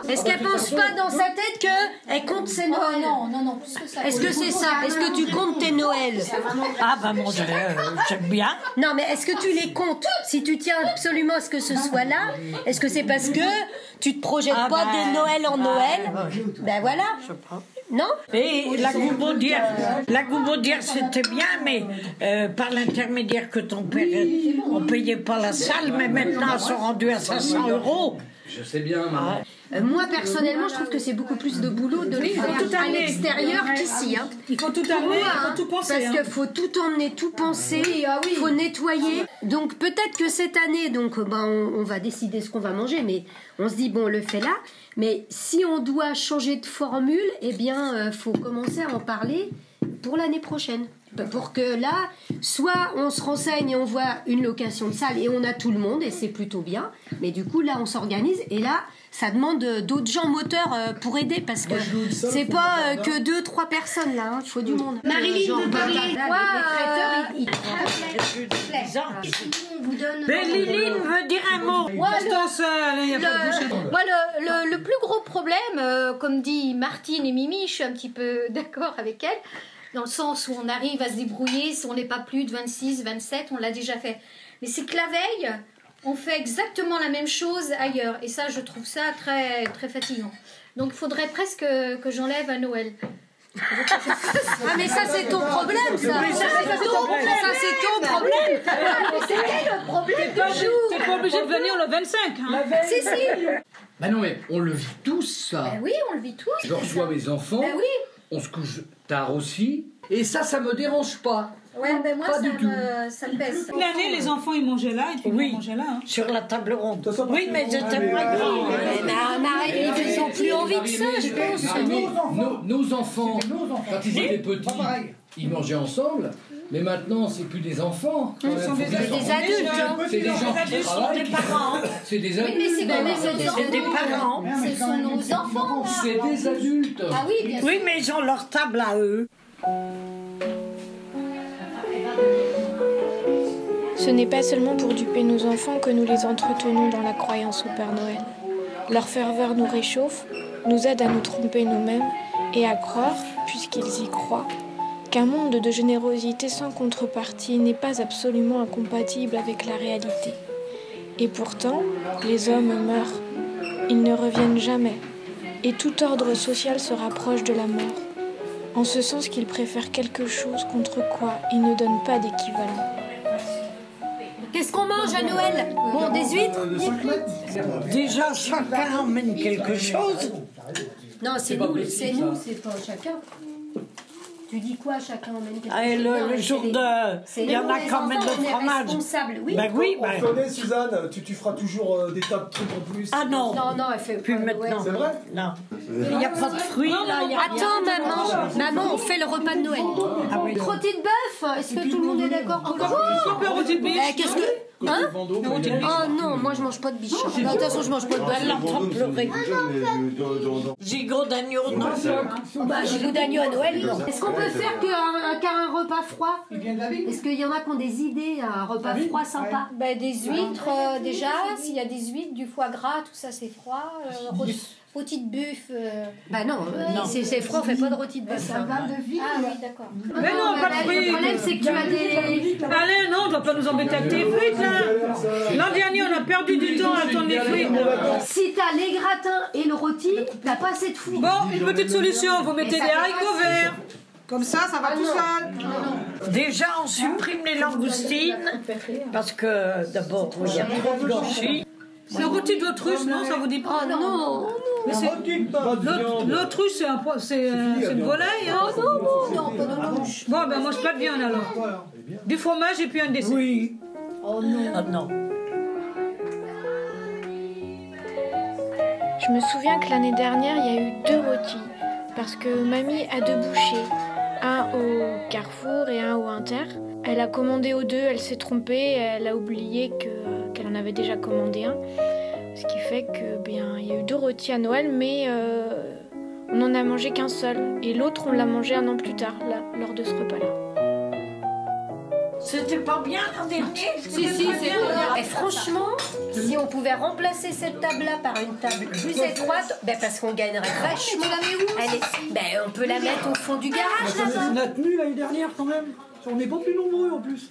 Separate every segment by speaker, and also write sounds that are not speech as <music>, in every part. Speaker 1: pense pas dans sa tête que elle compte ses
Speaker 2: Ah
Speaker 1: Noël.
Speaker 3: Non, non, non, plus que ça.
Speaker 1: Est-ce que c'est ça Est-ce que tu comptes tes Noëls
Speaker 4: Ah bah mon Dieu, euh, j'aime bien.
Speaker 1: Non, mais est-ce que tu les comptes Si tu tiens absolument à ce que ce soit là, est-ce que c'est parce que tu te projettes
Speaker 4: Ah
Speaker 1: pas
Speaker 4: bah,
Speaker 1: de Noël en
Speaker 4: bah,
Speaker 1: Noël Ben voilà. Non
Speaker 4: Et la goubaudière, la goubaudière c'était bien, mais euh, par l'intermédiaire que ton père, euh, on payait pas la salle, mais maintenant elles sont rendues à 500 euros.
Speaker 5: Je sais bien, maman.
Speaker 1: Euh, Moi personnellement, je trouve que c'est beaucoup plus de boulot de les faire
Speaker 6: tout
Speaker 1: à
Speaker 6: amener.
Speaker 1: l'extérieur qu'ici. hein.
Speaker 6: Il faut tout amener,
Speaker 1: Moi,
Speaker 6: il
Speaker 1: hein,
Speaker 6: faut tout penser.
Speaker 1: Parce
Speaker 6: hein.
Speaker 1: qu'il faut tout emmener, tout penser, faut nettoyer. Donc peut-être que cette année, donc euh, ben, on, on va décider ce qu'on va manger, mais on se dit bon, on le fait là. Mais si on doit changer de formule, eh bien, euh, faut commencer à en parler pour l'année prochaine. Pour que là, soit on se renseigne et on voit une location de salle et on a tout le monde et c'est plutôt bien, mais du coup là on s'organise et là ça demande euh, d'autres gens moteurs euh, pour aider parce que c'est pas euh, que deux trois personnes là, hein, il faut du monde.
Speaker 3: Marilyn veut parler.
Speaker 1: les
Speaker 3: Sinon, on vous donne.
Speaker 4: Mais Liline veut dire un mot. euh,
Speaker 6: Moi, allez, y a pas de bouche.
Speaker 2: Le- moi, le, le- le plus gros problème, euh, comme dit Martine et Mimi, je suis un petit peu <laughs> d'accord avec elle, dans le sens où on arrive à se débrouiller, si on n'est pas plus de 26, 27, on l'a déjà fait. Mais c'est que la veille, on fait exactement la même chose ailleurs. Et ça, je trouve ça très, très fatigant. Donc, il faudrait presque que j'enlève à Noël.
Speaker 1: Ah mais ça c'est ton problème ça.
Speaker 4: Mais ça, c'est ton problème.
Speaker 1: Ça, c'est ton problème.
Speaker 6: T'es pas obligé de venir le 25. Hein.
Speaker 2: Si, si,
Speaker 5: Bah non, mais on le vit tous, ça.
Speaker 1: Bah
Speaker 2: oui, on le vit tous.
Speaker 5: Je reçois mes enfants,
Speaker 2: Ben oui,
Speaker 5: on se couche tard aussi, et ça, ça me dérange pas.
Speaker 2: ouais, ben moi,
Speaker 5: Pas
Speaker 2: ça
Speaker 5: du tout.
Speaker 2: me, ça me pèse.
Speaker 6: Toute L'année, les enfants, ils mangeaient là et puis
Speaker 4: Oui.
Speaker 6: ils mangeaient là. hein.
Speaker 4: Sur la table ronde. Oui, mais j'étais
Speaker 6: Ah,
Speaker 4: moins grand. hein.
Speaker 1: Mais on arrête, ils ont plus envie de ça, je pense.
Speaker 5: Ah, nos, nos- nos enfants, quand ils étaient petits, ils mangeaient ensemble, mais maintenant, c'est plus des enfants. quand même, faut
Speaker 6: des
Speaker 5: des
Speaker 6: adultes.
Speaker 1: Les
Speaker 5: enfants.
Speaker 1: adultes, hein.
Speaker 5: C'est des gens qui travaillent.
Speaker 4: Des parents, hein.
Speaker 5: C'est des
Speaker 2: Oui, mais c'est
Speaker 5: adultes.
Speaker 2: quand même
Speaker 5: maman.
Speaker 2: des
Speaker 6: euh,
Speaker 4: c'est des
Speaker 2: enfants.
Speaker 4: parents.
Speaker 2: Ce sont nos enfants. là.
Speaker 5: C'est des adultes.
Speaker 2: Ah oui, bien sûr.
Speaker 4: Oui, mais ils ont leur table à eux.
Speaker 7: Ce n'est pas seulement pour duper nos enfants que nous les entretenons dans la croyance au Père Noël. Leur ferveur nous réchauffe, nous aide à nous tromper nous-mêmes et à croire, puisqu'ils y croient, qu'un monde de générosité sans contrepartie n'est pas absolument incompatible avec la réalité. Et pourtant, les hommes meurent. Ils ne reviennent jamais. Et tout ordre social se rapproche de la mort. En ce sens qu'ils préfèrent quelque chose contre quoi ils ne donnent pas d'équivalent.
Speaker 1: Qu'est-ce qu'on mange à Noël Bon, des huîtres
Speaker 4: Déjà, chacun emmène quelque chose.
Speaker 1: Non, c'est
Speaker 5: pas
Speaker 1: nous,
Speaker 5: possible,
Speaker 1: c'est
Speaker 5: ça.
Speaker 1: nous, c'est pas chacun. Tu dis quoi chacun emmène quelque
Speaker 4: Ah, Et
Speaker 1: Non,
Speaker 4: le, le
Speaker 1: mais
Speaker 4: jour
Speaker 1: c'est les-
Speaker 4: de.
Speaker 1: c'est
Speaker 4: Il y
Speaker 1: nous,
Speaker 4: en a
Speaker 1: les
Speaker 4: quand même
Speaker 1: enfants,
Speaker 4: de
Speaker 1: on est
Speaker 4: fromage.
Speaker 1: responsables, oui.
Speaker 4: Ben oui,
Speaker 8: On te
Speaker 4: ben.
Speaker 8: connaît Suzanne, tu, tu feras toujours euh, des tas de trucs en plus.
Speaker 4: Ah non,
Speaker 1: Non, non, elle fait
Speaker 4: plus
Speaker 1: pas Noël.
Speaker 4: maintenant.
Speaker 8: C'est vrai
Speaker 4: Non. Il n'y a pas de fruits là, il y a
Speaker 1: Attends, maman, maman, on fait le repas de Noël.
Speaker 4: Ah oui.
Speaker 1: Rôti de bœuf, est-ce que tout le monde est d'accord pour le faire
Speaker 6: Super rôti de biche.
Speaker 1: Eh, Qu'est-ce que. Hein Oh non, moi je mange pas de biche. Non, de toute façon, je mange pas de
Speaker 4: Elle
Speaker 1: bœuf.
Speaker 4: l'entend pleurer. Gigot d'agneau, non.
Speaker 1: Bah, j'ai goût d'agneau à Noël, non. Est-ce qu'on peut faire qu'un qu'un repas froid Est-ce qu'il y en a qui ont des idées à un repas froid sympa
Speaker 2: Ben, des huîtres euh, déjà, s'il y a des huîtres, du foie gras, tout ça c'est froid. Euh, rô- rôti de buff. euh,
Speaker 1: Bah non, c'est c'est froid, on fait pas de rôti de bœuf. hein.
Speaker 2: Ah oui, d'accord.
Speaker 6: Mais non,
Speaker 1: bah,
Speaker 6: pas
Speaker 1: là,
Speaker 6: de
Speaker 1: Le problème,
Speaker 6: frites.
Speaker 1: c'est que tu as des.
Speaker 6: Allez, non, on va pas nous embêter avec tes frites là. L'an dernier, on a perdu du temps à attendre les frites. là.
Speaker 1: Si t'as les gratins et le rôti, t'as pas assez de fou.
Speaker 6: Bon, une petite solution, vous mettez des haricots verts. Comme ça, ça va tout seul.
Speaker 4: Déjà, on supprime les langoustines parce que d'abord, il y a trop de gâchis.
Speaker 6: C'est rôti d'autruche, non Ça vous dit pas
Speaker 1: Oh non
Speaker 6: Mais c'est- l'aut- L'autruche, c'est un po- c'est euh, c'est une volaille. hein.
Speaker 2: Non, pas de louche.
Speaker 6: Bon, ben moi, je pas de viande alors. Du fromage et puis un dessert.
Speaker 4: Oui. Ah non.
Speaker 7: Je me souviens que l'année dernière, il y a eu deux rôtis. Parce que mamie a deux bouchers. Un au Carrefour et un au Inter. Elle a commandé aux deux, elle s'est trompée, elle a oublié que- qu'elle en avait déjà commandé un. Ce qui fait que bien, il y a eu deux rôtis à Noël, mais euh, on n'en a mangé qu'un seul. Et l'autre, on l'a mangé un an plus tard, là, lors de ce repas-là.
Speaker 9: C'était pas bien l'an dernier
Speaker 1: Si, si, c'est Et franchement, si on pouvait remplacer cette table-là par une table plus étroite, ben parce qu'on gagnerait vachement. Allez, ben on peut la mettre au fond du garage là-bas.
Speaker 4: On a tenu l'année dernière quand même. On n'est pas plus nombreux en plus.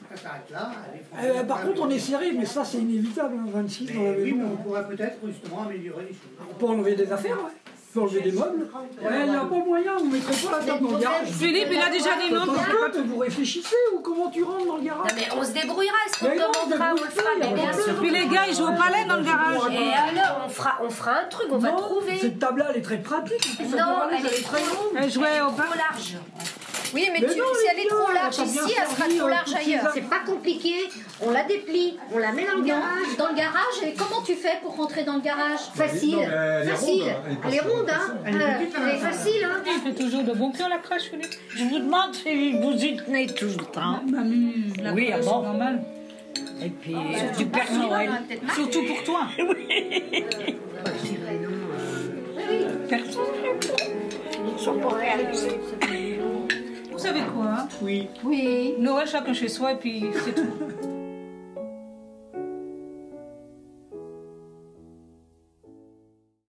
Speaker 4: Euh, par contre, on est serré, mais ça c'est inévitable. hein, 26 dans la maison. on pourrait peut-être justement améliorer les choses. Pour enlever des affaires, ouais. Pour enlever des meubles. Ouais, Il n'y a pas moyen, vous ne mettrez pas la table dans le garage.
Speaker 6: Philippe, il a déjà des noms.
Speaker 4: Quand tu rentres, vous réfléchissez ou comment tu rentres dans le garage
Speaker 1: Non, mais on se débrouillera, est-ce qu'on
Speaker 4: Mais non,
Speaker 1: te demandera, Bah, on le fera, mais
Speaker 4: débrouille-toi,
Speaker 1: bien
Speaker 4: on
Speaker 1: sûr.
Speaker 6: Puis les gars, ils jouent au palais dans le garage.
Speaker 1: Et alors, on fera, on fera un truc, on va
Speaker 4: Non,
Speaker 1: trouver.
Speaker 4: Cette table-là, elle est très pratique.
Speaker 1: Non, elle est trop longue,
Speaker 6: Ils jouaient au palais.
Speaker 1: trop large.
Speaker 2: Oui, mais, tu,
Speaker 4: non,
Speaker 2: si
Speaker 4: les
Speaker 2: elle est
Speaker 4: gars,
Speaker 2: trop large
Speaker 4: ça a bien
Speaker 2: ici, elle sera
Speaker 4: servi,
Speaker 2: trop
Speaker 4: euh,
Speaker 2: large
Speaker 4: toutes ces
Speaker 2: ailleurs.
Speaker 4: affaires.
Speaker 1: C'est pas compliqué, on la déplie, on la met dans le garage.
Speaker 2: Dans le garage, et comment tu fais pour rentrer dans le garage
Speaker 1: Facile,
Speaker 8: mais elle est ronde,
Speaker 1: facile,
Speaker 8: hein, elle est pas
Speaker 1: elle est
Speaker 8: si
Speaker 1: ronde, hein. Euh, Elle est facile, hein.
Speaker 6: Il fait toujours de bons pieds, la crache, Philippe.
Speaker 9: Je vous demande si vous y tenez tout le temps. Oui, ah bon.
Speaker 6: normal. Oh,
Speaker 9: Et puis, euh, du Père Noël.
Speaker 6: Surtout pour toi.
Speaker 9: <laughs> Personne Ils sont pas réalisés.
Speaker 6: Vous savez quoi hein
Speaker 2: Oui.
Speaker 6: Noël, chacun chez soi, et puis c'est tout.